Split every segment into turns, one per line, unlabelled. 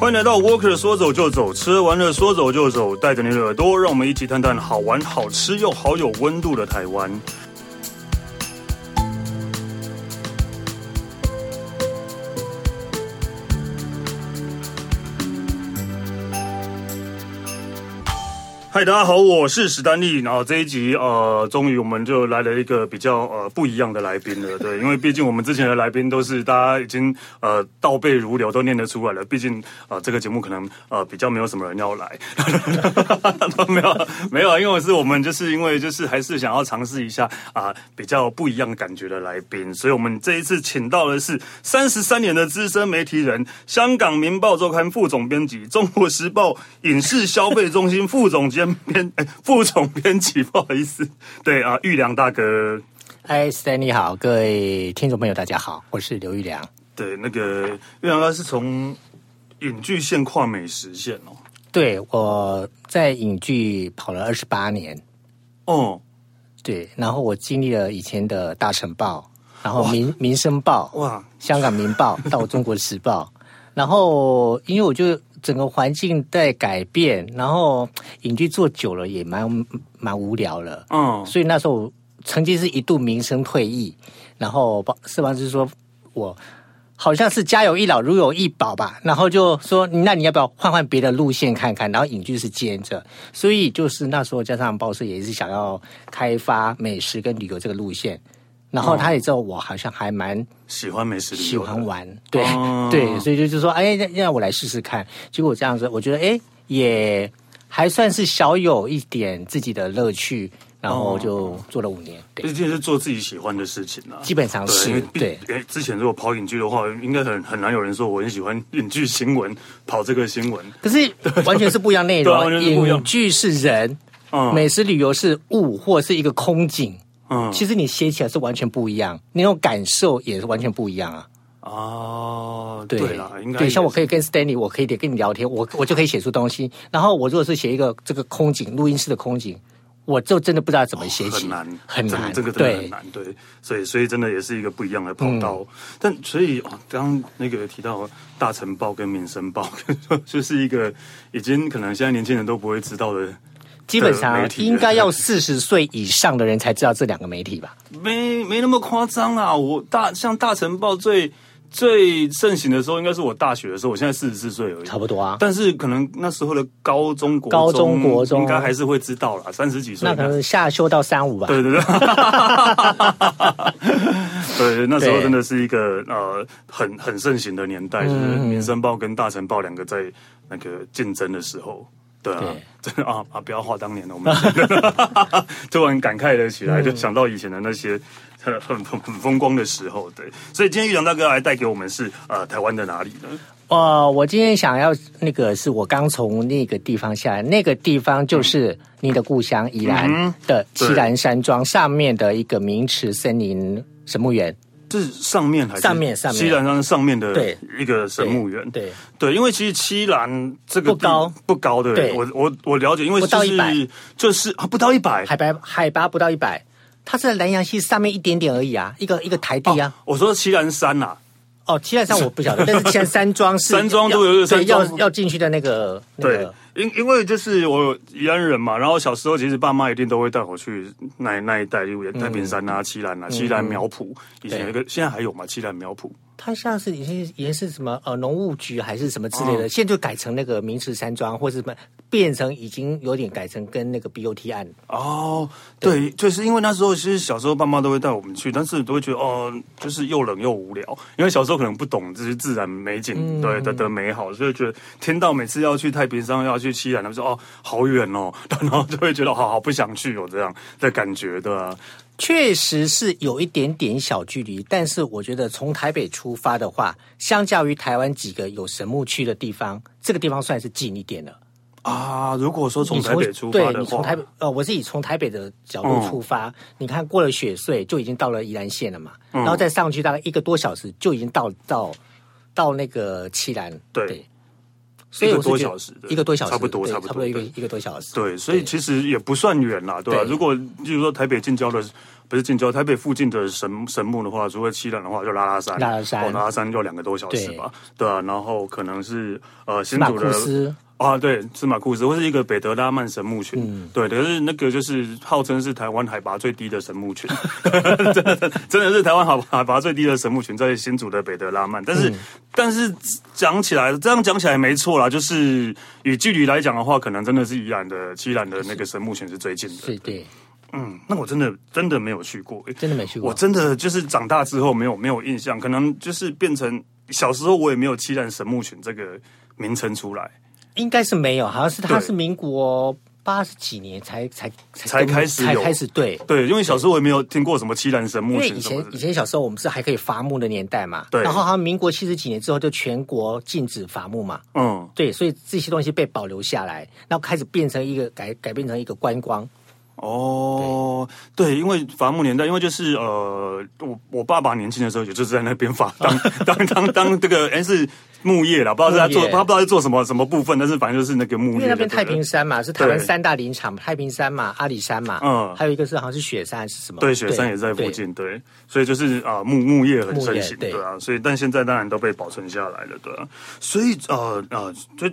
欢迎来到 Walker 说走就走，吃完了说走就走，带着你的耳朵，让我们一起探探好玩、好吃又好有温度的台湾。嗨，大家好，我是史丹利。然后这一集呃，终于我们就来了一个比较呃不一样的来宾了，对，因为毕竟我们之前的来宾都是大家已经呃倒背如流，都念得出来了。毕竟呃这个节目可能呃比较没有什么人要来， 没有啊没有，因为是我们就是因为就是还是想要尝试一下啊、比较不一样的感觉的来宾，所以我们这一次请到的是三十三年的资深媒体人，香港《民报周刊》副总编辑，《中国时报》影视消费中心副总监编、哎副总编辑，不好意思，对啊，玉良大哥。
嗨，Stanley 好，各位听众朋友大家好，我是刘玉良。
对，那个玉良哥是从影剧线跨美食线哦。
对，我在影剧跑了二十八年，
哦，
对，然后我经历了以前的大成报，然后民民生报，
哇，
香港民报到中国时报，然后因为我就整个环境在改变，然后影剧做久了也蛮蛮无聊了，
嗯，
所以那时候我曾经是一度名声退役，然后报四方就说我好像是家有一老如有一宝吧，然后就说那你要不要换换别的路线看看？然后影剧是兼着，所以就是那时候加上报社也是想要开发美食跟旅游这个路线。然后他也知道我好像还蛮
喜欢美食旅游的，
喜欢玩，对、
哦
对，所以就是说，哎，让让我来试试看。结果这样子，我觉得哎，也还算是小有一点自己的乐趣，然后就做了五年，对，
毕竟是做自己喜欢的事情啊。
基本上
对，因
是
为毕
对。
诶之前如果跑影剧的话，应该很很难有人说我很喜欢影剧新闻，跑这个新闻。
可是完全是不一样 内
对啊完
容，
全是不一样
影剧是人，
嗯
美食旅游是物或是一个空景。
嗯
其实你写起来是完全不一样，那种感受也是完全不一样啊。
啊，
对
对啦，应该
对，像我
以
可以跟 Stanley，我可以得跟你聊天，我我就可以写出东西。然后我如果是写一个这个空景，录音室的空景，我就真的不知道怎么写起，
哦很难，
很
真的
难，
这个真的很
对，嗯
难，对，所以所以真的也是一个不一样的跑道。但所以哦，刚刚那个提到大晨报跟民生报， 就是一个已经可能现在年轻人都不会知道的。
基本
的
上
媒体
应该要四十岁以上的人才知道这两个媒体吧。
没没那么夸张啦。我大像大晨报最最盛行的时候，应该是我大学的时候，我现在四十四岁而已，
差不多啊
但是可能那时候的高中、国
高中国中
应该还是会知道啦，三十几岁
那可能下修到三五吧。
对对对，对，那时候
对
真的是一个呃很很盛行的年代，就是民生报跟大成报两个在那个竞争的时候。对啊，真的啊啊！不要画当年的我们， 突然感慨了起来，就想到以前的那些很很很很风光的时候。对，所以今天玉良大哥来带给我们是呃台湾的哪里呢？
哦，我今天想要那个是我刚从那个地方下来，那个地方就是你的故乡宜
嗯
兰的七兰山庄上面的一个名池森林神木园。
是上面还是
上面上面
西兰山上面的
对
一个神木园？
对对
对，因为其实七兰这个地
不高
不高的，
对
我我我了解，因为
不
就
到
是
100
就是啊不到一百
海拔海拔不到一百，它是在南洋溪上面一点点而已啊，一个一个台地啊。
哦我说七兰山呐、
哦，七兰山我不晓得，但是七兰山 庄是
山庄
要
都有一个
对
山庄
要要进去的那个那
对
个。，
因因为就是我宜安人嘛，然后小时候其实爸妈一定都会带我去那那一带，例如太平
嗯
山啊、七兰啊、七兰苗圃，以前有一个现在还有嘛，七兰苗圃。
它像是以前以前是什么呃农务局还是什么之
嗯
类的，现在就改成那个名池山庄或是什么，变成已经有点改成跟那个 BOT 案
哦，对，就是因为那时候其实小时候爸妈都会带我们去，但是都会觉得哦，就是又冷又无聊，因为小时候可能不懂这些自然美景、
嗯
对的的美好，所以觉得听到每次要去太平山要去七兰，他们说哦好远哦， 然后就会觉得好好不想去哦这样的感觉，对啊，
确实是有一点点小距离，但是我觉得从台北出发的话，相较于台湾几个有神木区的地方，这个地方算是近一点了。
啊，如果说从
你
台北出发
对
的
你从
话，嗯
台北呃，我是以从台北的角度出发，你看过了雪隧就已经到了宜兰县了嘛，
嗯
然后再上去大概一个多小时就已经到到到那个七兰，
对
所以我是觉得
一个多小时对
一个多小时
差不多
对
差不多
一个
对
一个多小时，
对，所以其实也不算远啦，对吧、
对
如果就是说台北近郊的不是近郊，台北附近的神神木的话，除了七人的话，就拉拉山，
拉拉山
哦拉拉山要两个多小时
对
吧，对啊，然后可能是呃新
马
竹
库
的
斯
啊，对，司马库斯或是一个北德拉曼神木群，
嗯
对，可是那个就是号称是台湾海拔最低的神木群， 真的真的是台湾海拔海拔最低的神木群，在新竹的北德拉曼。但
嗯
是、但是讲起来，这样讲起来没错啦，就是以距离来讲的话，可能真的是宜兰的宜兰的那个神木群是最近的。
对对，
嗯，那我真的真的没有去过、欸
真的没去
我
过。
真的就是长大之后没有没有印象，可能就是变成小时候我也没有七兰神木群这个名称出来。
应该是没有，好像是它
对
是民国八十几年才才
才开始
才
有
开始对。
对，因为小时候我也没有听过什么七兰神
因
木
为
群
以
什么
前以
的。
前小时候我们是还可以伐木的年代嘛，
对
然后好像民国七十几年之后就全国禁止伐木嘛，
嗯，
对，所以这些东西被保留下来，然后开始变成一个改改变成一个观光，
哦，对，因为伐木年代，因为就是呃，我我爸爸年轻的时候，也就是在那边伐， 当当当当这个哎是木业啦，不知道是在做，
木业
他不知道在做什么什么部分，但是反正就是那个木
因
业。
为那边太
对
平
了
山嘛，是台湾
对
三大林场，太平山嘛、阿里山嘛，
嗯
还有一个是好像是雪山还是什么，
对，雪山也在附
对
近，对，所以就是啊、木木业很盛行，
木业对
对啊，所以但现在当然都被保存下来了，对啊，所以呃呃，就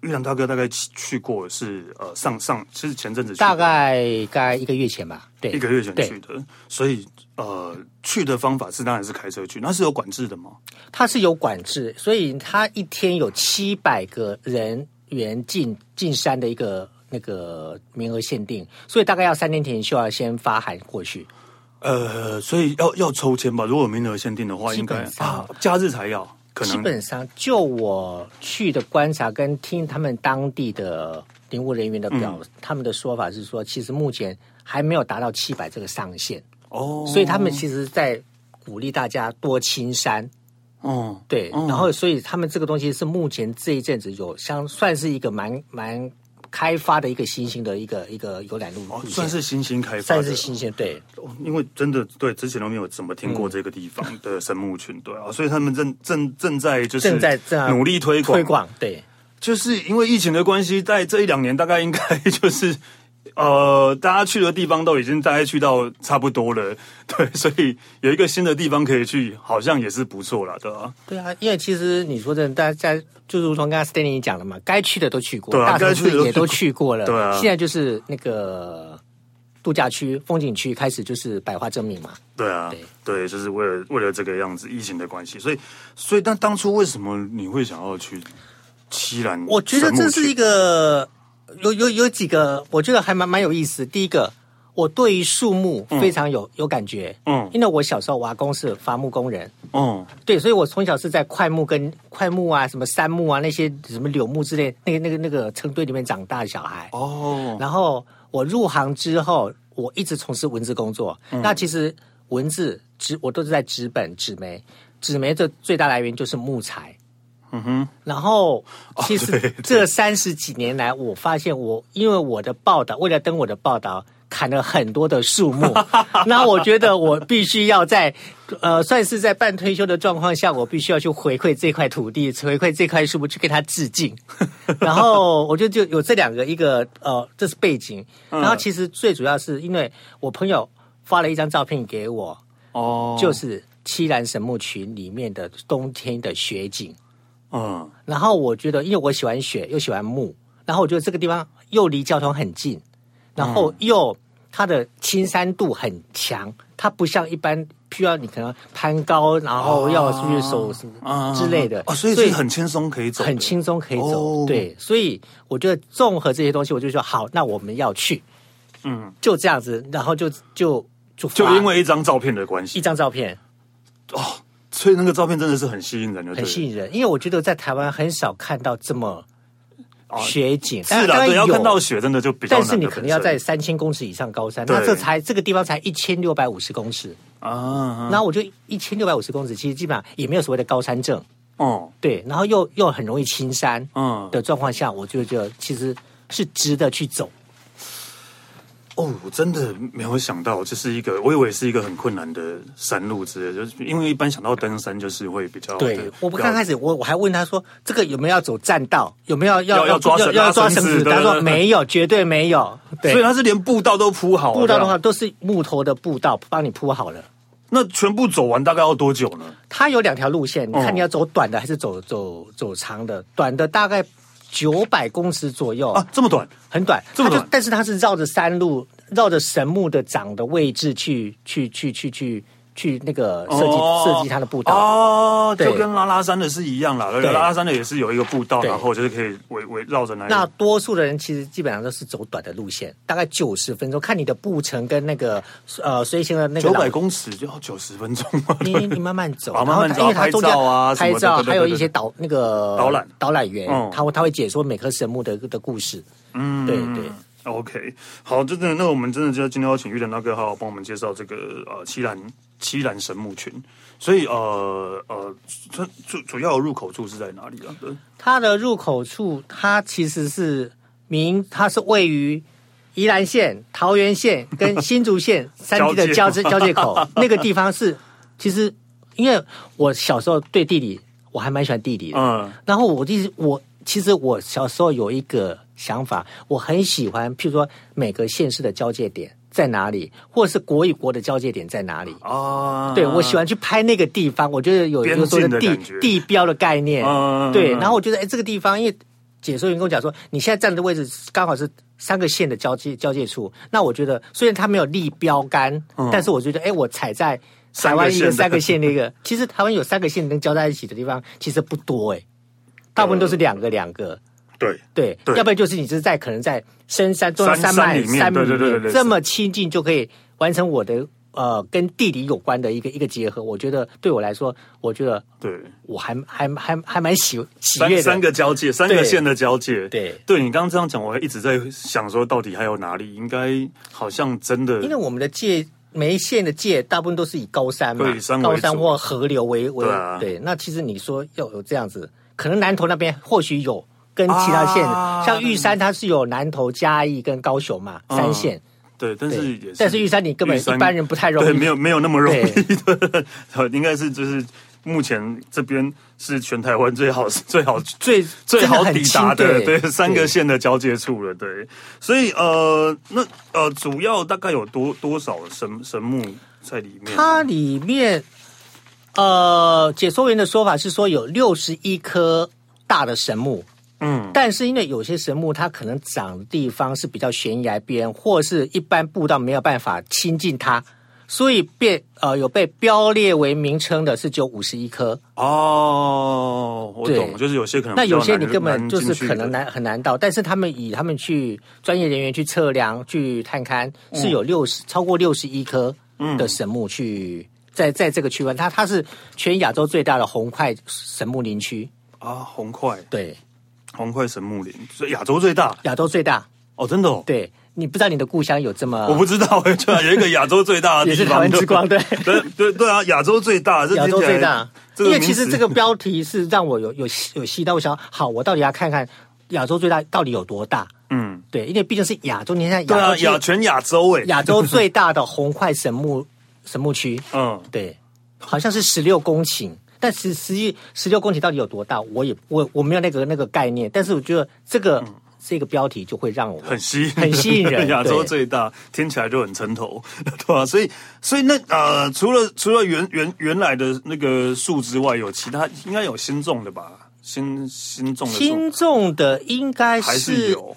玉良大哥大概去去过是呃上上，是前阵子去
大
的
概该一个月前吧，对，
一个月前
对
去的，所以呃去的方法是当然是开车去，那是有管制的吗？
它是有管制，所以它一天有七百个人员进进山的一个那个名额限定，所以大概要三天前就要先发函过去。
呃，所以要要抽签吧，如果有名额限定的话，
基
应
本
该
上
啊假日才要，可
基
能
本上，就我去的观察跟听他们当地的林务人员的表，
嗯
他们的说法是说，其实目前还没有达到七百这个上限，
哦，
所以他们其实在鼓励大家多青山。
哦
对，然后所以他们这个东西是目前这一阵子有相算是一个蛮蛮开发的一个新兴的一个一个游览路
哦
路线，
算是新兴开发
算
的，
是新嗯鲜，对，
哦因为真的对之前都没有怎么听过这个地方的神木群，对啊，所以他们正正正在就是
正在这样
努力推广
推，广对。
就是因为疫情的关系，在这一两年大概应该就是。 呃，大家去的地方都已经大概去到差不多了， 对，所以有一个新的地方可以去，好像也是不错啦，对吧、
对啊，因为其实你说真的，大家就如同刚刚 Stanley 讲了嘛，该去的都去过，
对啊
大城
该去的
市
都
也都去过了。
对啊
现在就是那个度假区、风景区开始就是百花争鸣嘛。
对啊，对，就是为了为了这个样子疫情的关系，所以所以但当初为什么你会想要去西兰神木群？
我觉得这是一
个
个有有有几个，我觉得还蛮蛮有意思。第一个，我对于树木非常有、有感觉，
嗯
因为我小时候我阿公是伐木工人，
嗯
对，所以我从小是在快木跟快木啊、什么杉木啊那些什么柳木之类那个那个那个成堆里面长大的小孩。
哦
然后我入行之后，我一直从事文字工作。
嗯
那其实文字纸我都是在纸本、纸媒，纸媒的最大来源就是木材。
嗯哼
然后，其
哦对对
实这三十几年来，我发现我因为我的报道，为了登我的报道，砍了很多的树 木。那我觉得我必须要在呃，算是在半退休的状况下，我必须要去回馈这块土地，回馈这块树木，去跟他 致敬。然后我就就有这两个，一个呃，这是背景。
嗯
然后其实最主要是因为我朋友发了一张照片给我，
哦，
就是七兰神木群里面的冬天的雪景。
嗯
然后我觉得，因为我喜欢雪又喜欢木，然后我觉得这个地方又离交通很近，然后又它的青山度很强，它不像一般需要你可能攀高，然后要去手什么之类的
哦，所以是很轻松可以走的，
很轻松可以走。
哦
对，所以我觉得综合这些东西，我就说好，那我们要去，
嗯，
就这样子，然后就就就
就
发
因为一张照片的关
啊一
系
张照片，
哦，所以那个照片真的是很吸引人的，
很吸
引。
引人，因为我觉得在台湾很少看到这么雪景，
是
呃
啦，
当然
对，要
有
看到雪真的就比较
但
难了。
是你可能要在
本
三千公尺以上高山，
对
那这才这个地方才一千六百五十公尺，
身啊，
那我就一千六百五十公尺，其实基本上也没有所谓的高山症，
哦，
对，然后又又很容易青山，
嗯
的状况下，我就觉得其实是值得去走。
哦，我真的没有想到，这是一个我以为是一个很困难的山路之类的，就是因为一般想到登山就是会比较
对，我不刚开始我我还问他说，这个有没有要走栈道，有没有
要要抓绳
要
拉
抓
绳
绳子？
子对
他
对
说
对
没有，绝对没有。对
所以，它是连步道都铺好了，
步道的
这
话
样，
都是木头的步道，帮你铺好了。
那全部走完大概要多久呢？
它有两条路线，你
哦
看你要走短的还是走走走长的？短的大概九百公尺左右，
啊，这么短，
很短。
这么
它就
短
但是它是绕着山路，绕着神木的长的位置去去去去去去那个设计、
哦
设计它的步道。
哦，就
对
跟拉拉山的是一样啦，
对
拉拉山的也是有一个步道，
对
然后就是可以围围绕着那一
那多数的人其实基本上都是走短的路线，大概九十分钟，看你的步程跟那个呃随行的那个
九
老
百公尺就要九十分钟嘛，
你你慢慢 走，
啊
然
慢
后
慢
它
走
因为它
拍
中间
照啊什
拍
么的
照
对对
还有
对
一些导那个
导览
导览员
嗯，
他会他会解说每棵神木的的故事。嗯，对对，
OK，好，真的，那我们真的就今天要请玉良大哥好好帮我们介绍这个呃七兰七兰神木群，所以呃呃，它主主要的入口处是在哪里啊？
呃
对
它的入口处它其实是明，它是位于。宜兰县、桃园县跟新竹县三地的交
交
界
界
交界口， 那个地方是，其实因为我小时候对地理我还蛮喜欢地理的，
嗯，
然后我一直我其实我小时候有一个想法，我很喜欢，譬如说每个县市的交界点在哪里，或者是国与国的交界点在哪里。
啊，
对，我喜欢去拍那个地方，我觉得有一个说
边境的
地
感觉
地标的概念。
嗯
对，然后我觉得哎，这个地方，因为解说员跟我讲说，你现在站的位置刚好是三个县的交界交界处，那我觉得虽然它没有立标杆，
嗯
但是我觉得哎，我踩在台湾一个三
三
个
个
县
县
的一个，其实台湾有三个县能交在一起的地方其实不多哎，大部分都是两个两个。
对
对，
对
要不然就是你是在可能在深山中央
山
脉
山里面对对对对对
这么亲近就可以完成我的呃跟地理有关的一个一个结合。我觉得对我来说，我觉得
对，
我还还还还蛮喜喜
三
悦的。
三个交界，三个
对
县的交界，
对
对你刚刚这样讲，我还一直在想说到底还有哪里，应该好像真的
因为我们的界每一县的界大部分都是以高山嘛，
对山为主
高山或河流为为
对啊
那其实你说要有这样子，可能南投那边或许有跟其他县，
啊
像玉山它是有南投、嘉义跟高雄嘛、
嗯
三县。
对，但是也是
但是玉山你根本
玉山
一般人不太容易
对，没有没有那么容易的， 应该是就是目前这边是全台湾最好最好
最
最
真的
好
很
抵
亲
达的，
对
对三个县的交界处了，对，所以呃，那呃，主要大概有多多少神神木在里面？
它里面，呃，解说员的说法是说有六十一棵大的神木，
嗯，
但是因为有些神木它可能长的地方是比较悬崖边，或是一般步道没有办法亲近它，所以被呃有被标列为名称的是只有五十一棵。
哦，我
对
懂，就是有些可能
那
比较
有些
难
你根本
难
就是
进去
可能
的
难很难到，但是他们以他们去专业人员去测量、去探勘，
嗯
是有六十、超过六十一棵的神木去。在在这个区块，它它是全亚洲最大的红块神木林区，
啊，红块
对，
红块神木林，所以亚洲最大
亚洲最大。
哦，真的哦，
对你不知道你的故乡有这么，
我不知道，就有一个亚洲最大的
啊也是
地
台
方，
湾之 光，对，
对对对啊，亚洲最大，这
亚洲最大。
这
因
个
为
名词
其实这个标题是让我有有有吸到，我想好，我到底要看看亚洲最大到底有多大？
嗯，
对，因为毕竟是亚洲，你看
对
亚
啊，
洲
亚全亚洲哎，
亚洲最大的红块神木 神木区，
嗯，
对，好像是十六公顷，但实实际十六公顷到底有多大，我也我我没有那个那个概念，但是我觉得这个、这个标题就会让我
嗯很吸引，
很吸引 人
亚洲
对
最大，听起来就很城头， 对吧、所以，所以那呃，除了除了原原原来的那个树之外，有其他应该有新种的吧？新新种的树
轻重的应该
还是有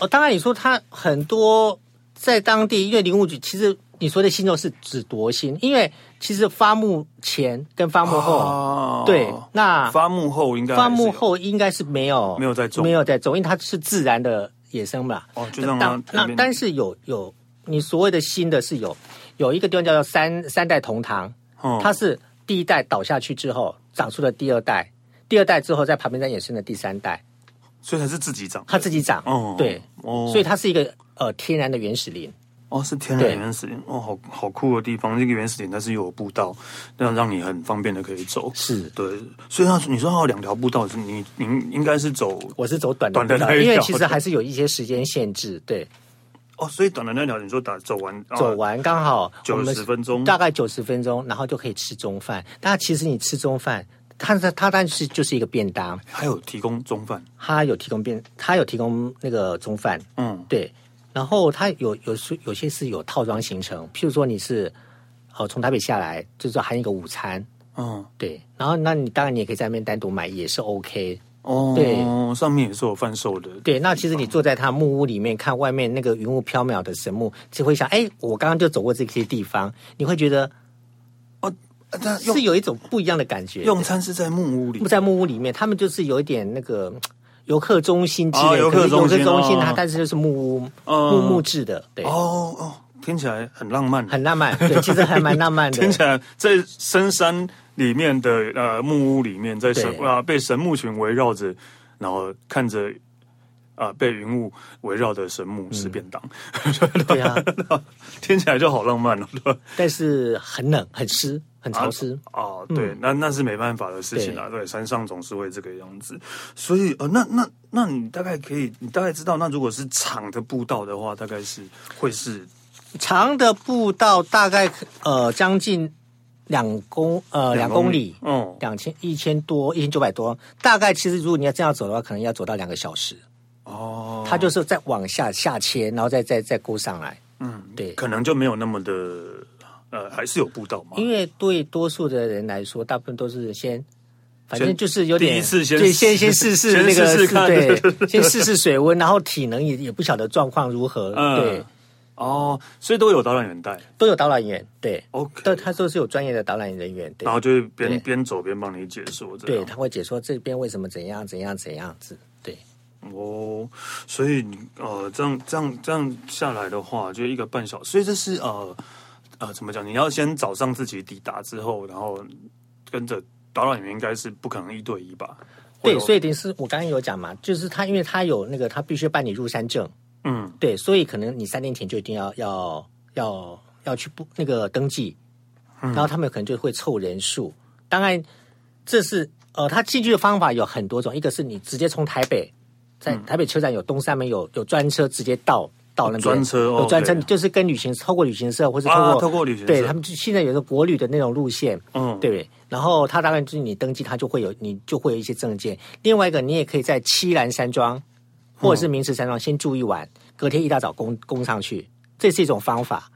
哦，当然你说它很多在当地，因为林务局其实你说的新肉是指夺心，因为其实发幕前跟发幕后，
哦
对，那
发幕后应该
发
还
幕
是有
后应该是没有
没有在种
没有在种，因为它是自然的野生嘛。
哦就让它
当
那
那
边
但是有有你所谓的新的是有有一个地方叫做三三代同堂，
嗯
它是第一代倒下去之后长出了第二代，第二代之后在旁边再衍生的第三代，
所以才是自己长
它自己长。
哦
对，
哦
所以它是一个呃天然的原始林。
哦，是天
对
然原始林哦，好好酷的地方。这个原始林它是有步道，那样让你很方便的可以走。
是
对，所以它你说它有两条步道，是你你应该是走
我是走短的
短的
步道
那一
因为
条
其实还是有一些时间限制。对，
哦，所以短的那条你说打走完啊
走完刚好
90
我们
分钟
大概九十分钟，然后就可以吃中饭。但其实你吃中饭，它它它但是就是一个便当，
还有提供中饭，
它有提供便，它有提供那个中饭，
嗯，
对。然后它有有时有些是有套装行程，譬如说你是呃从台北下来，就是含一个午餐，
嗯，
对。然后那你当然你也可以在那边单独买，也是 OK。
哦，
对，
上面也是有贩售的，
对，那其实你坐在它木屋里面看外面那个云雾飘渺的神木，就会想，哎，我刚刚就走过这些地方，你会觉得
哦，那用
是有一种不一样的感觉。
用餐是在木屋里
不，在木屋里面，他们就是有一点那个嗯游客中心之类
哦
的，
游客
可是
中心
游客中心它
哦
但是就是木屋、
嗯
木木制的，对，
哦哦，听起来很浪漫，啊
很浪漫，对，其实还蛮浪 漫
听
的。
起来在深山里面的呃木屋里面，在神
对
啊被神木群围绕着，然后看着啊、被云雾围绕的神木吃便当，
对啊，
听起来就好浪漫哦了、对吧？
但是很冷、很湿、很潮湿。
哦，
嗯
对，那那是没办法的事情啊。对，山上总是会这个样子，所以呃，那那那你大概可以，你大概知道，那如果是长的步道的话，大概是会是
长的步道大概呃将近两公呃两公里，
哦，
两千一千多一千九百多，大概其实如果你要这样走的话，可能要走到两个小时。
哦，
它就是再往下下切，然后再再再勾上来。嗯，对，
可能就没有那么的呃，还是有步道嘛。
因为对多数的人来说，大部分都是先，反正就是有点
第一次先
对先先试试
先
那个
试试看对对
对，先试试水温，然后体能也也不晓得状况如何，
嗯
对，
哦，所以都有导览员带
都有导览员，对，
，OK，
但他都是有专业的导览人员，对
然，后就会边
对
边走边帮你解说，这
对，
样
他会解说这边为什么怎样怎样怎样子，对，
哦，所以你呃，这样这样这样下来的话，就一个半小时，所以这是呃呃怎么讲？你要先早上自己抵达之后，然后跟着导览员应该是不可能一对一吧？
对，所
以
以等于是我刚刚有讲嘛，就是他因为他有那个他必须办理入山证，
嗯，
对，所以可能你三年前就一定要要要要去不那个登记，
嗯
然后他们可能就会凑人数。当然，这是呃，他进去的方法有很多种，一个是你直接从台北，在
嗯
台北车站有东山门有有专车直接到。到那边
专车哦
有专车，
对
你就是跟旅行透过旅行社或者透过、
啊透过旅行社
对他们就现在有一个国旅的那种路线，
嗯
对。然后他当然就是你登记，他就会有你就会有一些证件。另外一个，你也可以在七兰山庄，
嗯
或者是明池山庄先住一晚，隔天一大早攻攻上去，这是一种方法。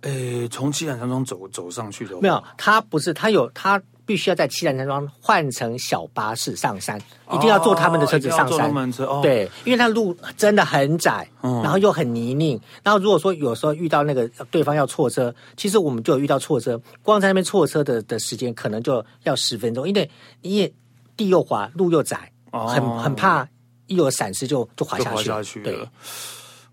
诶，从七兰山庄走走上去的话
呃没有，它不是，它有它必须要在七兰山庄换成小巴士上山，一定要坐他们的车子上
哦一定哦要坐
山。
他们的车哦嗯
对，因为那路真的很窄，然后又很泥泞。然后如果说有时候遇到那个呃对方要错车，其实我们就有遇到错车，光在那边错车的的时间可能就要十分钟，因为你也地又滑，路又窄，
哦
很很怕一有闪失就就滑
就
下
滑
去。
下去
对
了。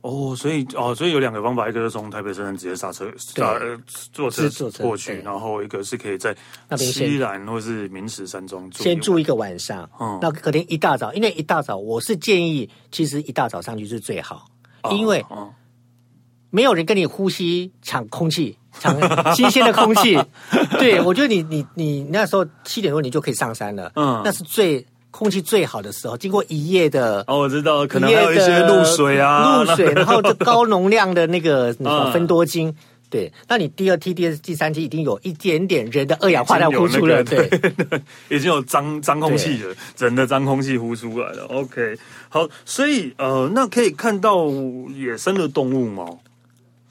哦，所以哦，所以有两个方法，一个是从台北车站直接刹车，
对
刹呃坐车
是坐车
过去，
对
然后一个是可以在
那边先
西兰或是明石山庄住一晚，
先住一个晚上，
嗯
那隔天一大早，因为一大早我是建议，其实一大早上去是最好，因为
哦
没有人跟你呼吸抢空气， 抢新鲜的空气。 对我觉得你你你那时候七点多你就可以上山了，
嗯
那是最空气最好的时候。经过一夜的
哦，我知道，可能还有一些露水啊，
露 水，然后这高容量的那个那个
嗯
分多精。对，那你第二梯、第二梯、第三梯已经有一点点人的二氧
那
化碳呼出 了，对，
对，已经有脏脏空气了，人的脏空气呼出来了。OK，好，所以呃，那可以看到野生的动物吗？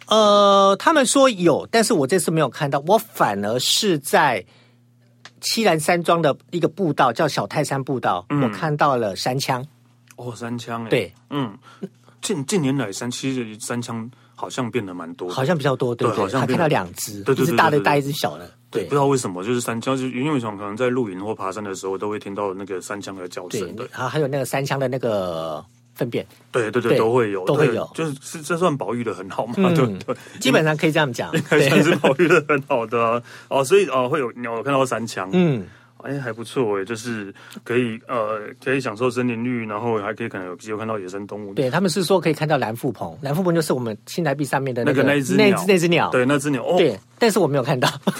呃，他们说有，但是我这次没有看到，我反而是在七兰山庄的一个步道叫小泰山步道，
嗯
我看到了山枪。
哦，三枪，哎
对，
嗯，近近年来三其实三枪好像变得蛮多的，
好像比较多，对不
对
对？
好像
还
比较
看到两只，
对对对
一只大
对
的
对对
大，一只小的。
对，
对
不知道为什么，就是三枪，就是因为想可能在露营或爬山的时候，都会听到那个三枪的叫
对
声，对，，
然后还有那个山枪的那个粪便，
对对对，
对
都会有，
都会
对
有嗯
就是是这算保育的很好嘛，对对，
基本上可以这样讲。
还
对
算是保育的很好的啊，哦，所以哦会有有看到三枪，
嗯，
哎还不错哎，就是可以呃可以享受森林绿，然后还可以可能有机会看到野生动物，
对他们是说可以看到蓝腹鹏，蓝腹鹏就是我们新台币上面的
那个那
那
一只
那
鸟
那只鸟。
对，那只鸟哦，
对，但是我没有看到。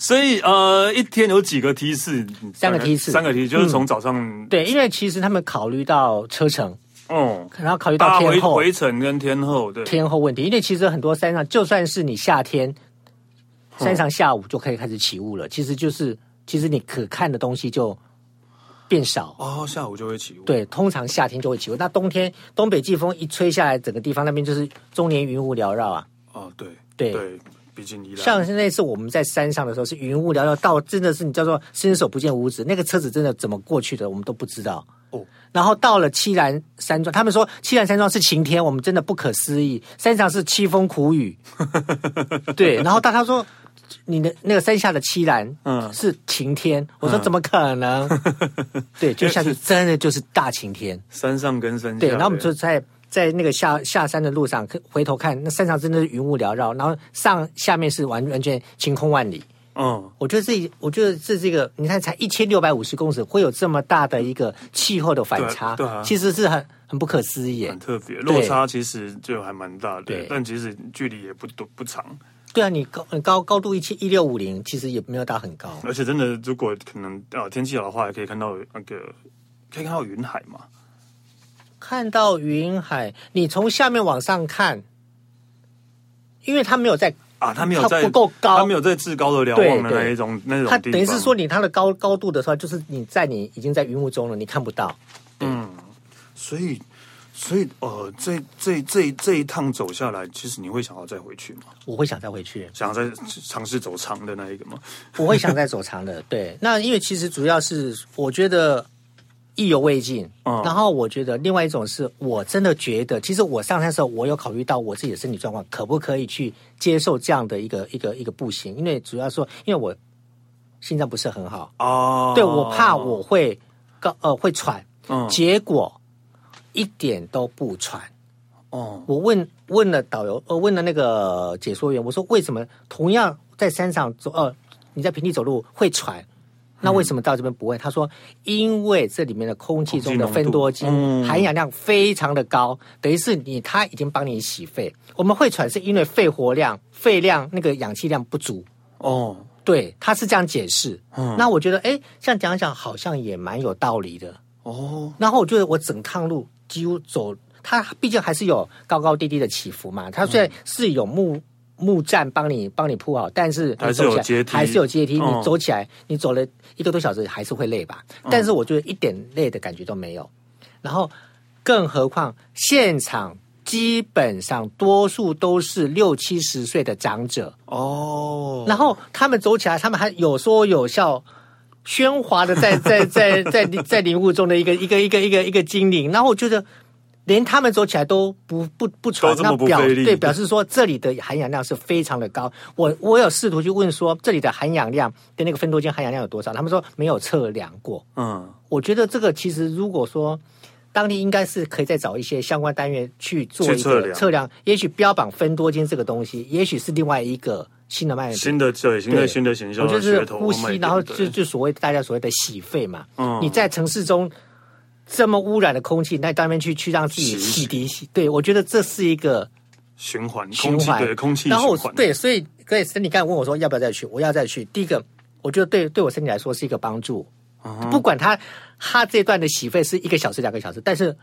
所以呃一天有几个梯次，
三个梯次嗯
三个梯次就是从早上
对，因为其实他们考虑到车程，
哦，
然后考虑到
大
天
回
后
回程跟天后，对，
天后问题，因为其实很多山上，就算是你夏天山上下午就可以开始起雾了，其实就是其实你可看的东西就变少。
哦，下午就会起雾，，
对，通常夏天就会起雾，那冬天东北季风一吹下来，整个地方那边就是终年云雾缭绕啊。
哦，对，
对
对，啊毕竟宜兰
像是那次我们在山上的时候，是云雾缭绕到真的是你叫做伸手不见五指，那个车子真的怎么过去的，我们都不知道。
哦，
然后到了七兰山庄，他们说七兰山庄是晴天，我们真的不可思议。山上是凄风苦雨，对。然后大家说你的那个山下的七兰，
嗯
嗯，是晴天。我说怎么可能？ 对，就下去真的就是大晴天。
山上跟山下，
对，然后我们就在在那个下下山的路上可回头看，那山上真的是云雾缭绕，然后上下面是完完全晴空万里。
嗯，
我觉得这，我觉得这这个，你看才一千六百五十公尺，会有这么大的一个气候的反差，
对啊对啊
其实是很很不可思议耶
很。特别，落差其实就还蛮大的
对，
但其实距离也不多不长，
对啊，你高很高高度一千一六五零，其实也没有到很高。
而且真的如果可能啊天气好的话，还可以看到那个可以看到云海嘛，
看到云海，你从下面往上看，因为它没有在，
啊，它没有
它
在
不够高
它没有在至高的瞭望的
对对
那一种那种地
它
方，
等于是说你它的高高度的时候，就是你在你已经在云雾中了，你看不到。
所以，所以呃，这这这这一趟走下来，其实你会想要再回去吗？
我会想再回去，
想要再尝试走长的那一个吗？
我会想再走长的。对，那因为其实主要是我觉得意犹未尽，
嗯
然后我觉得另外一种是我真的觉得，其实我上山的时候，我有考虑到我自己的身体状况，可不可以去接受这样的一个一个一个步行？因为主要说，因为我心脏不是很好，
哦，
对我怕我会高呃会喘，
嗯
结果一点都不喘。
哦
我问问了导游，呃，问了那个解说员，我说为什么同样在山上走，呃，你在平地走路会
嗯
喘，那为什么到这边不问？他说，因为这里面的空气中的芬多精
空气浓度嗯
含氧量非常的高，等于是你它已经帮你洗肺。我们会喘是因为肺活量、肺量那个氧气量不足。
哦，
对，他是这样解释。
嗯
那我觉得，哎，这样讲一讲好像也蛮有道理的。
哦，
然后我觉得我整趟路几乎走，它毕竟还是有高高低低的起伏嘛。它虽然是有木木栈帮你帮你铺好，但是你
还是
走起
有
来
阶梯
还是有阶梯。
嗯
你走起来，你走了一个多小时还是会累吧？
哦
但是我觉得一点累的感觉都没有。然后，更何况现场基本上多数都是六七十岁的长者，
哦，
然后他们走起来，他们还有说有笑，喧哗的在 在在在在林雾中的一个一个一个一个一个精灵。然后我觉得，连他们走起来都不不不喘，
都这
那
么不
表
费力
对表示说这里的含氧量是非常的高。我我有试图去问说这里的含氧量跟那个芬多精含氧量有多少，他们说没有测量过。
嗯，
我觉得这个其实如果说当地应该是可以再找一些相关单元去做一
去
个
测量
也许标榜芬多精这个东西，也许是另外一个新的脉
新的对，新的
对
新的形象
我
的
就是
噱头，
呼吸，然后就
Oh my god，
就所谓大家所谓的洗肺嘛。
嗯
你在城市中这么污染的空气，那当面去去让自己
洗
洗涤洗，对我觉得这是一个
循环
循
空气
环，
对空气
然后
循
我
环，
对，所以所以森你刚才问我说要不要再去，我要再去。第一个，我觉得对对我身体来说是一个帮助，
嗯
不管他他这段的洗肺是一个小时两个小时，但是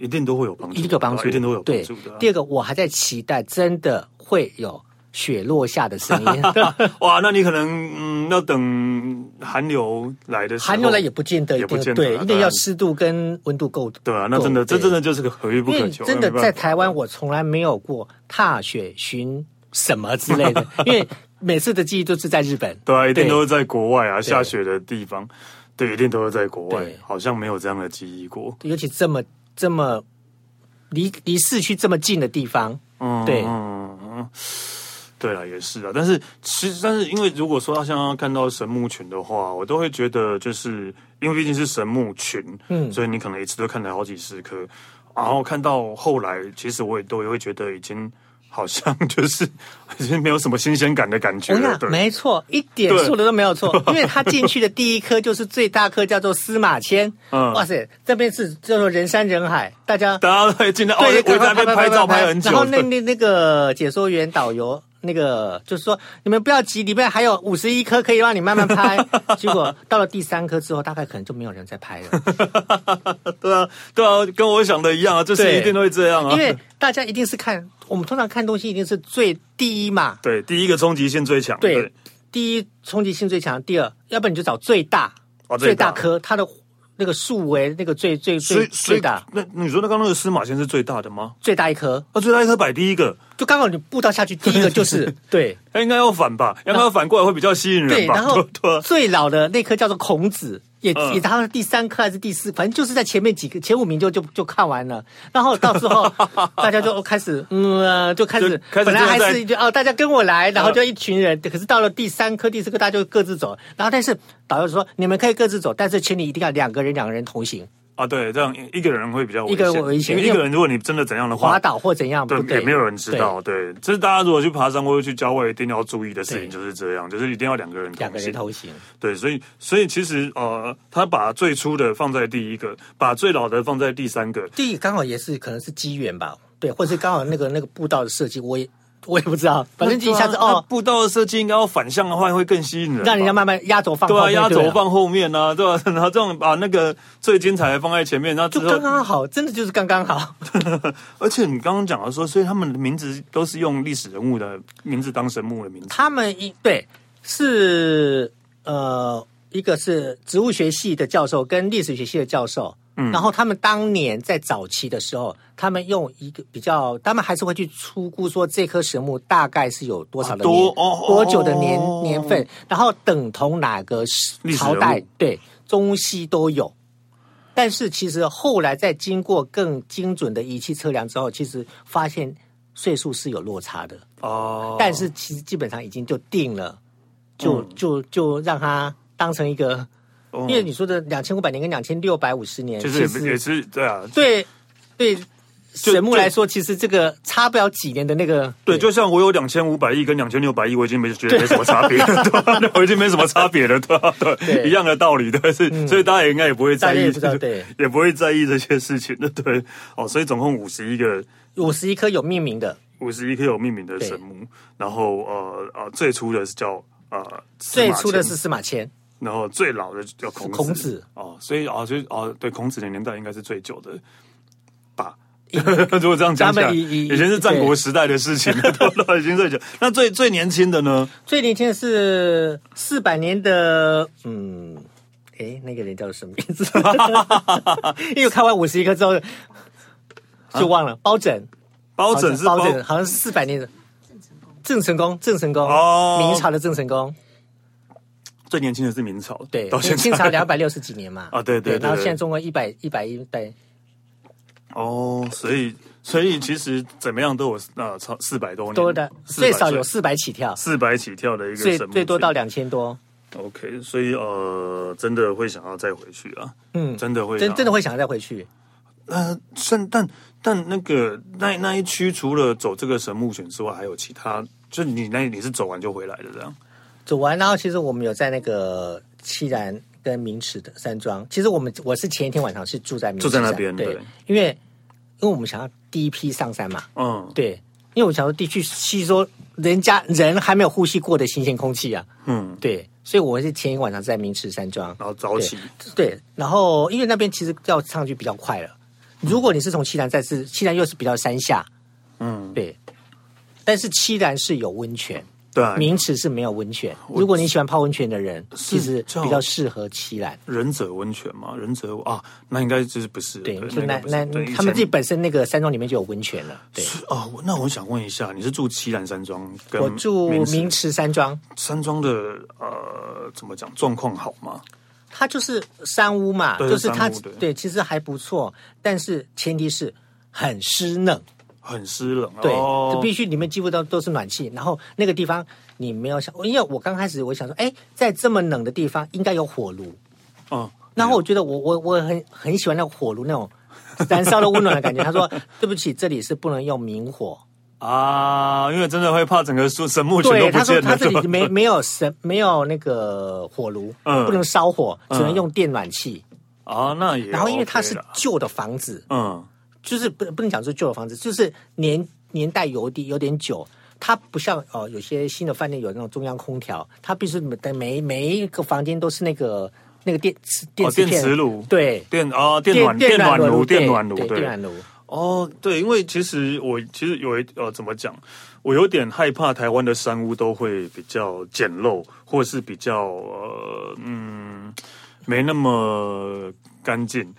一定都会有帮助，
一个帮助，
哦一定都有帮
对
助的。啊
第二个，我还在期待真的会有雪落下的 声音。
哇，那你可能嗯要等寒流来的时候，
寒流来也不见得一
也不
定
见得
对，
啊
一定
当
要
然
湿度跟温度够。
对啊，那真的
够
这
对
真的就是个可遇不
因
可
为
求，
真的
哦没办法
在台湾，我从来没有过踏雪寻什么之 类的，因为每次的记忆都是在日本。
对啊，一定都是在国外啊，下雪的地方，对，一定都是在国外
对，
好像没有这样的记忆过。
尤其这么这么离离市区这么近的地方，哦
嗯，
对
嗯嗯，对了，也是啊。但是其实，但是因为如果说要像要看到神木群的话，我都会觉得就是因为毕竟是神木群，嗯，所以你可能一次都看了好几十颗，然后看到后来，其实我也都也会觉得已经好像就是 已经没有什么新鲜感的感觉
我跟你
了。对，
讲，哦没错，一点
对
数的都没 有错，因为它进去的第一颗就是最大颗，叫做司马迁。
嗯
哇塞，这边是叫做人山人海，大家
大家都会进来，哦，
对，
我在那边
赶
拍
快
照拍很久
然后
的。
那那那个解说员导游那个就是说，你们不要急，里面还有五十一颗可以让你慢慢 拍。结果到了第三颗之后，大概可能就没有人在 拍了，
对啊，对啊，跟我想的一样啊，就是
对
一定会这样啊。
因为大家一定是看我们通常看东西一定是最第一嘛，
对第一个冲击性最强，
对，第一冲击性最强，第二，要不然你就找最大、
哦最
最
大
大颗，它的那个数为那个最最
所以
最
所
最
以
大
那你说那刚刚那个司马迁是最大的吗？
最大一颗，
啊，最大一颗摆第一个，
就刚好你步道下去，第一个就是 对
他应该要反吧？应该要反过来会比较吸引
对，
人吧？
然后
对啊
最老的那颗叫做孔子。也
嗯
也，他是第三颗还是第四，反正就是在前面几个前五名就就就看完了，然后到 时候大家就开始嗯、呃就开
就
始，
开始
本来还
就在嗯
是就哦大家跟我来，然后就一群人，可是到了第三颗第四颗大家就各自走，然后但是导游说你们可以各自走，但是请你一定要两个人两个人同行，
啊，对，这样一个人会比较危险
一个人危险
因为一
因为
个人如果你真的怎样的话
滑，倒或怎样，
对
不，对？
也没有人知道。对，这是大家如果去爬山或者去郊外，一定要注意的事情
对
就是这样，就是一定要两个人
两个
同
人
行。
同行，
对，所以所以其实呃，他把最初的放在第一个，把最老的放在第三个。
这刚好也是可能是机缘吧，对，或是刚好那个那个步道的设计，我也我也不知道，反正就一下子
那那
哦，
步道的设计应该要反向的话会更吸引人吧，
让人家慢慢压轴放
对
后
啊，
面
压
对
轴
了
放后面啊，对 吧、然后这种把那个最精彩的放在前面，然后之
就刚
后，
刚好，真的就是刚刚好，
而且你刚刚讲到说，所以他们的名字都是用历史人物的名字当神木的名 字。
他们一对是呃，一个是植物学系的教授跟历史学系的教授，嗯，然后他们当年在早期的时候，他们用一个比较，他们还是会去粗估说这棵神木大概是有多少的年、
啊多哦
多久的年
哦
年份，然后等同哪个
历史人物
朝代，对，中西都有。但是其实后来在经过更精准的仪器测量之后，其实发现岁数是有落差的。
哦，
但是其实基本上已经就定了，就、就就让它当成一个，
嗯
因为你说的两千五百年跟两千六百五十年，
就
其
是也
实
是也是对啊，
对对
就
神木来说，其实这个差不了几年的那个，
对，就像我有两千五百亿跟两千六百亿，我已经没觉得没什么差别 了，对吧？我已经没什么差别了，对吧？对，啊
对嗯
一样的道理，对，是，所以大家也应该也不会在
大家
意，
也不知道对，
也不会在意这些事情的，对。哦，所以总共五十一个
五十一颗有命名的，
五十一颗有命名的神木，然后呃呃，最初的是叫呃，
最初的
司马
是
迁，
司马迁，
然后最老的叫孔子
孔子
哦，所以哦，所以哦，对，孔子的年代应该是最久的吧。 如果这样讲起来，
他们以以
以前是战国时代的事情，对吧？已经最久。那最最年轻的呢？
最年轻的是四百年的，嗯。哎，那个人叫什么名字？ 因为看完五十一颗之
啊
后就忘了。包拯，
包拯是
包拯，好像是四百年的郑成功，郑成功，
哦
明朝的郑成功，
最年轻的是明朝，
对，
到现在
清朝两百六十几年嘛，
啊对对对
然后
对
现在中国一百一百一对，
哦，所以所以其实怎么样都有呃超四百多年，
多的
400
最少有四百起跳，
四百起跳的一个
最
神木
最多到
群
两千多，
OK，所以呃，真的会想要再回去啊，嗯，真的会想
真
要
真的会想要再回去，
呃，但但但那个那那一区除了走这个神木选之外，还有其他，就你那你是走完就回来的这样。
走完，然后其实我们有在那个七然跟明池的山庄，其实我们我是前一天晚上是住在明池
住在那
山
边
对
对，
因为因为我们想要第一批上山嘛，
嗯，
对，因为我想说地去吸收人家人还没有呼吸过的新鲜空气啊。
嗯，
对，所以我是前一晚上在明池山庄，
然后早起
对。对，然后因为那边其实要上去比较快了。如果你是从西南再是西南又是比较山下，
嗯，
对。但是西南是有温泉，
对啊，
明池是没有温泉。如果你喜欢泡温泉的人，其实
这样
比较适合西南。
忍者温泉嘛，忍者啊，那应该就是不是
对，就
应
那
该不
那
是对以
他们
前
自己本身那个山庄里面就有温泉了。对，
哦，我那我想问一下，你是住七兰山庄跟
我住
明池
明池山庄，
山庄的呃，怎么讲状况好吗？
它就是山屋嘛，
对
就是它
山屋对
对，其实还不错，但是前提是很湿冷，
很湿冷，
对，
哦
就必须里面几乎都都是暖气，然后那个地方你没有想，因为我刚开始我想说，哎，在这么冷的地方应该有火炉，
嗯，
然后我觉得我我我很很喜欢那个火炉那种燃烧的温暖的感觉。他 说对不起，这里是不能用明火，
啊，因为真的会怕整个树神木全都
对，
不
他说
见
他
了，
这里
对吧
没没有神没有那个火炉，
嗯
不能烧火，只能
嗯
用电暖气。
啊，那也
然后因为它
OK
是
啦
旧的房子。
嗯。
就是不不能讲是旧的房子，就是年年代有点有点久，它不像哦，有些新的饭店有那种中央空调，它必须每每每一个房间都是那个那个电磁电
哦，
磁
电
片
磁炉，
对，
电啊，电暖
电
电暖炉，
对
电暖炉，
对，
对
电，暖炉。
哦，对，因为其实我其实有一呃，怎么讲，我有点害怕台湾的山屋都会比较简陋，或是比较呃嗯没那么干净。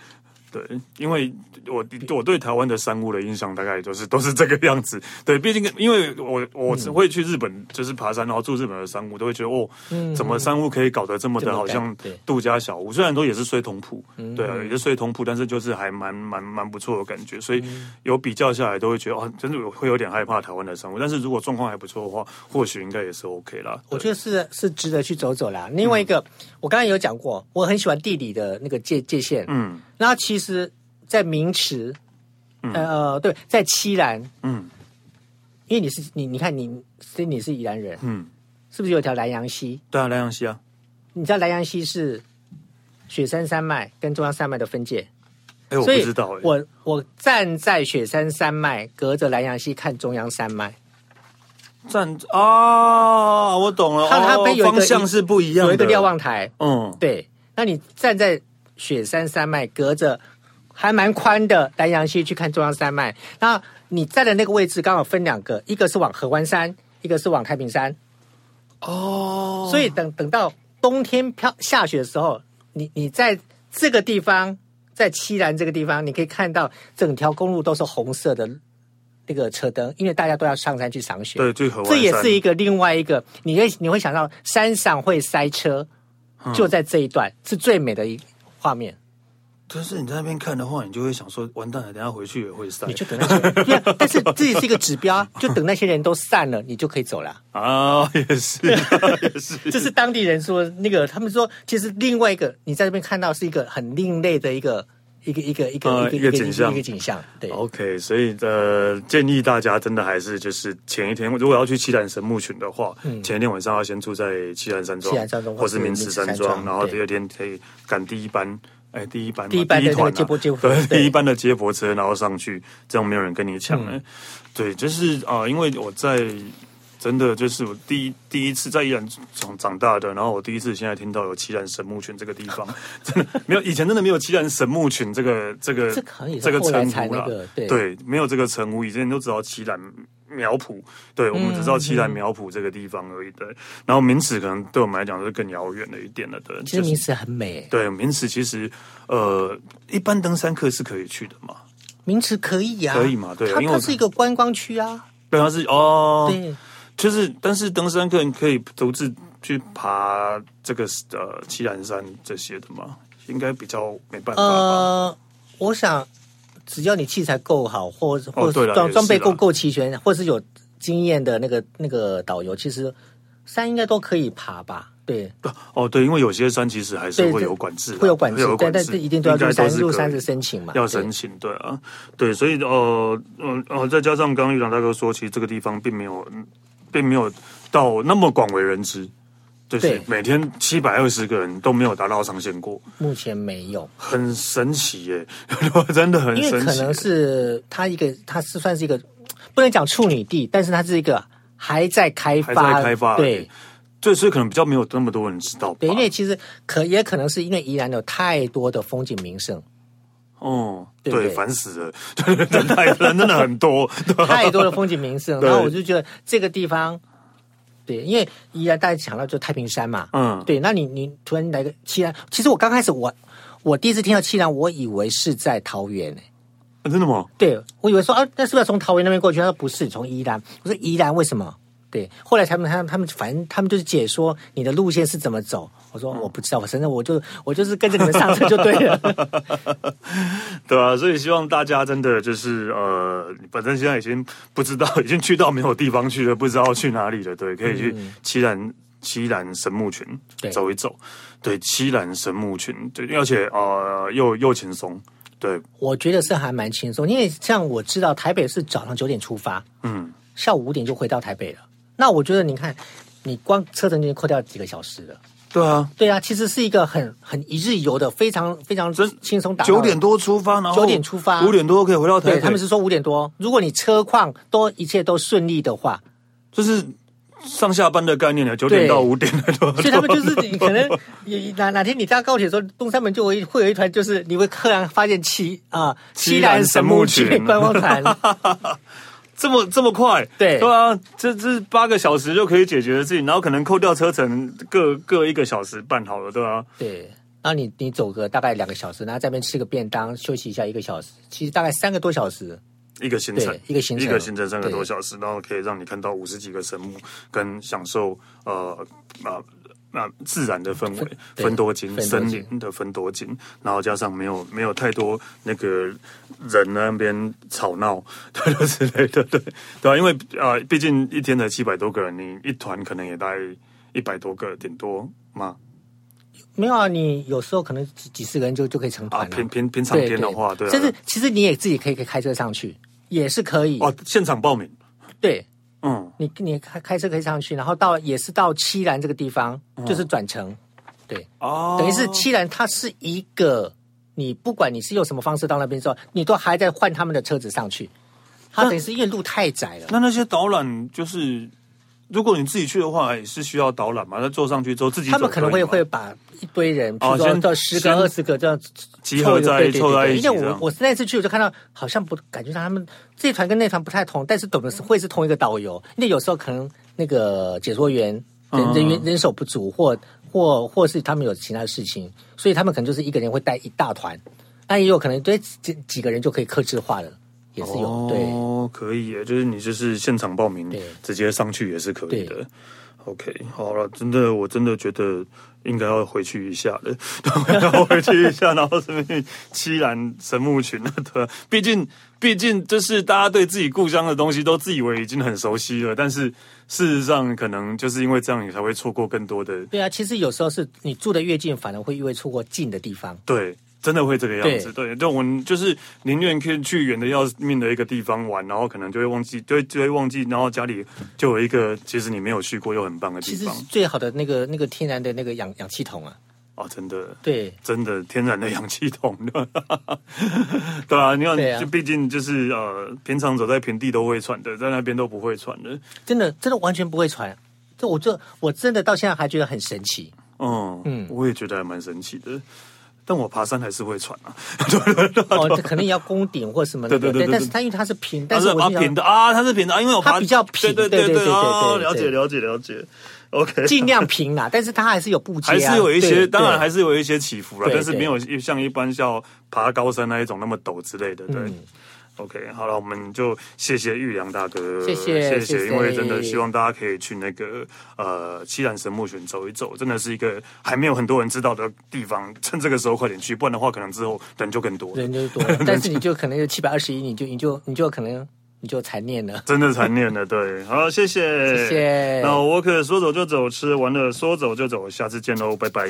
对，因为我我对台湾的山屋的印象大概就是都是这个样子。对，毕竟因为我我只会去日本，就是爬山，然后住日本的山屋，都会觉得哦，怎么山屋可以搞得这么
这
的
么
好像
干嗯对
度假小屋？虽然说也是睡同铺，
嗯
对啊，也是睡同铺，但是就是还蛮蛮蛮不错的感觉。所以
嗯
有比较下来，都会觉得哦，真的会有点害怕台湾的山屋。但是如果状况还不错的话，或许应该也是 OK 啦。
我觉得是是值得去走走啦。
嗯
另外一个，我刚才有讲过，我很喜欢地理的那个界界限。
嗯
那其实，在明池，呃，对，在七兰，
嗯
因为你是你，你看你，所以你是宜兰人，
嗯，
是不是有一条南洋溪？
对啊，莱阳溪啊，
你知道南洋溪是雪山山脉跟中央山脉的分界，
哎，我不
所以
知道哎、
我我站在雪山山脉，隔着南洋溪看中央山脉，
站啊，我懂了，
它它
哦
被有一个
方向是不一样的，
有一个瞭望台，
嗯，
对，那你站在雪山山脉，隔着还蛮宽的南洋溪去看中央山脉，那你站的那个位置刚好分两个，一个是往合欢山，一个是往太平山，
哦，
所以等等到冬天飘下雪的时候，你你在这个地方，在七兰这个地方，你可以看到整条公路都是红色的那个车灯，因为大家都要上山去赏雪。
对，最合
这也是一个另外一个，你会你会想到山上会塞车，
嗯
就在这一段、是最美的一画面。
但是你在那边看的话，你就会想说，完蛋了，等一下回去也会晒
你就等那些人，对啊但是这也是一个指标啊，就等那些人都散了，你就可以走了。
啊，也是啊 也是，
这是当地人说那个，他们说其实另外一个你在这边看到是一个很另类的一个一个一个一个、
呃一个景象哦
一个景象，对。
OK，所以呃，建议大家真的还是就是前一天，如果要去七兰神木群的话，前一天晚上要先住在七兰山庄，
嗯七兰山庄
或是明池山
或是明池
庄，
山庄
然后
对
第二天可以赶第一班。哎，第一班嘛，
第一班的
团、啊、
那个接驳接驳
对，
对
第一班的接驳车，然后上去，这样没有人跟你抢
嗯
了、对，就是啊、呃因为我在真的就是我第一第一次在宜兰长长大的，然后我第一次现在听到有七兰神木群这个地方， 真的没有以前真的没有七兰神木群这个这个
这个好像也是
这个
后来
称
才
呼啦
那个对
对，没有这个称呼，以前都知道七兰苗圃，对我们只知道七
嗯
兰苗圃这个地方而已。对，然后名池可能对我们来讲是更遥远了一点了。对，
其实
就是
名词很美，
对名池其实呃，一般登山客是可以去的嘛。
名词可以啊，
可以嘛对
它
因为我
它是一个观光区啊，
对，它是哦，
对，
就是但是登山客你可以独自去爬这个呃七兰山这些的嘛，应该比较没办法吧。
呃，我想只要你器材够好，或者或
哦对
者
啦
装
也是啦
装备够够齐全，或是有经验的那个那个导游，其实山应该都可以爬吧，对。
哦，对，因为有些山其实还是
呃对
会
这
有管制啦，
会有管制，
有
但
管
但是一定都要
应该
入山
是
入
可
山
以
是申请嘛，
要
对
申请，对啊，对，所以呃，嗯、呃，再加上刚刚玉良大哥说，其实这个地方并没有，嗯并没有到那么广为人知，就是
对
每天七百二十个人都没有达到上限过，
目前没有，
很神奇耶， 真的很
因为
神
可
奇
能。是它一个，它是算是一个，不能讲处女地，但是它是一个还在开发，
还在开发
对
对，所以可能比较没有那么多人知道吧。
对，因为其实可也可能是因为宜兰有太多的风景 名胜，
哦，
对不对
对，烦死了， 对人太人真的很多，对啊
太多的风景名胜，
对
然后我就觉得这个地方，对，因为宜兰大家想到就太平山嘛，
嗯
对，那你你突然来个七兰，其实我刚开始我我第一次听到七兰，我以为是在桃园、欸
啊真的吗？
对我以为说啊，那是不是要从桃园那边过去？他说不是，从宜兰。我说宜兰为什么？对，后来他们他们他们反正他们就是解说你的路线是怎么走。我
嗯
说我不知道，我反正我就我就是跟着你们上车就对 了。
对啊，所以希望大家真的就是呃，反正现在已经不知道，已 经去到没有地方去了，不知道去哪里了。对，可以去七兰七兰神木群
嗯对
走一走。对，七兰神木群，对，而且呃，又又轻松。对，
我觉得是还蛮轻松，因为像我知道台北是早上九点出发，
嗯，
下午五点就回到台北了。那我觉得你看，你光车程就扣掉几个小时了。
对啊，
对啊，其实是一个很很一日游的，非常非常
真
轻松打
九点多出发，然后
九点出发
五点多可以回到台
对，
北。
他们是说五点多。如果你车况都一切都顺利的话，
就是上下班的概念呢，九点
对
到五点的都，
所以他们就是你可能你哪哪天你搭高铁的时候，东三门就会会有一团，就是你会突然发现七啊
西兰神木群
观光团，
这么这么快，
对
对啊，这这八个小时就可以解决的事情，然后可能扣掉车程各各一个小时半好 了，对啊，
对。然后你你走个大概两个小时，然后在那边吃个便当，休息一下一个小时，其实大概三个多小时。
一个行程
对，一个行程
一个行程三个
对
多小时，然后可以让你看到五十几个神木，跟享受呃啊啊自然的氛围，
对
分多金
分多金
森林的分多金，然后加上没有没有太多那个人那边吵闹 对对之类的，对对啊，因为啊、呃毕竟一天才七百多个人，你一团可能也大概一百多个顶多嘛
没有啊，你有时候可能几几十个人就就可以成
啊，
团了、
平平平常天的话，对啊，
甚至其实你也自己可以可以开车上去，也是可以。
哦现场报名，
对，
嗯，
你你开开车可以上去，然后到也是到七兰这个地方，
嗯
就是转乘，对，
哦，
等于是七兰它是一个，你不管你是用什么方式到那边之后，你都还在换他们的车子上去，它
那
等于是因为路太窄了，
那那些导览就是，如果你自己去的话，也是需要导览嘛？那坐上去之后自己走
他们可能
以
会
吗
会把一堆人，比
哦
如说
先
到十个
先
二十个这样
集合在
凑一个对对对
凑在一起
因为
这
我
样
我那次去我就看到，好像不感觉到他们这一团跟那团不太同，但是懂的是会是同一个导游，因为有时候可能那个解说员人人员人手不足，或或或是他们有其他的事情，所以他们可能就是一个人会带一大团，那也有可能对几几个人就可以克制化了，也是有、对。
哦，可以耶，就是你就是现场报名
对，
直接上去也是可以的
对。
OK，好了，真的，我真的觉得应该要回去一下了， 要回去一下，然后顺便去七兰神木群了，对吧，毕竟毕竟就是大家对自己故乡的东西都自以为已经很熟悉了，但是事实上可能就是因为这样，你才会错过更多的
对啊，其实有时候是你住的越近，反而会越会错过近的地方。
对，真的会这个样子。对，就我们就是宁愿去去远的要命的一个地方玩，然后可能就会忘记，就会就会忘记，然后家里就有一个其实你没有去过又很棒的地
其实
方
最好的那个那个天然的那个氧氧气筒啊，
哦，真的。
对，
真的天然的氧气筒 的，对啊，你看，
对啊
就毕竟就是呃，平常走在平地都会喘的，在那边都不会喘的，
真的真的完全不会传。这我这我真的到现在还觉得很神 奇。
嗯嗯，我也觉得还蛮神奇的。但我爬山还是会喘啊，对对对
哦，这可能也要攻顶或什么的，
对对对对对
但是它因为它是平，
它
但
是
是
啊
我就
平
想
的 啊，它是平的啊，因为我
它
爬
比较平
对对
对对对
哦，
对
了解
对
了解了解，OK，
尽量平啦，但是它还是有步阶、啊，
还是有一些，
对
当然
对
还是有一些起伏了，
对
但是没有像一般像爬高山那一种那么陡之类的。对、o
嗯
k 好了，我们就谢谢玉良大哥，
谢谢
谢
谢谢
因为真的希望大家可以去那个呃七兰神木群走一走，真的是一个还没有很多人知道的地方，趁这个时候快点去，不然的话可能之后人就更多了。
人就多 了，但是你就可能有七百二十一，你就你就你就可能你就残念了。
真的残念了，对， 好，谢谢，
谢谢
那我可说走就走，吃完了说走就走，下次见喽，拜拜。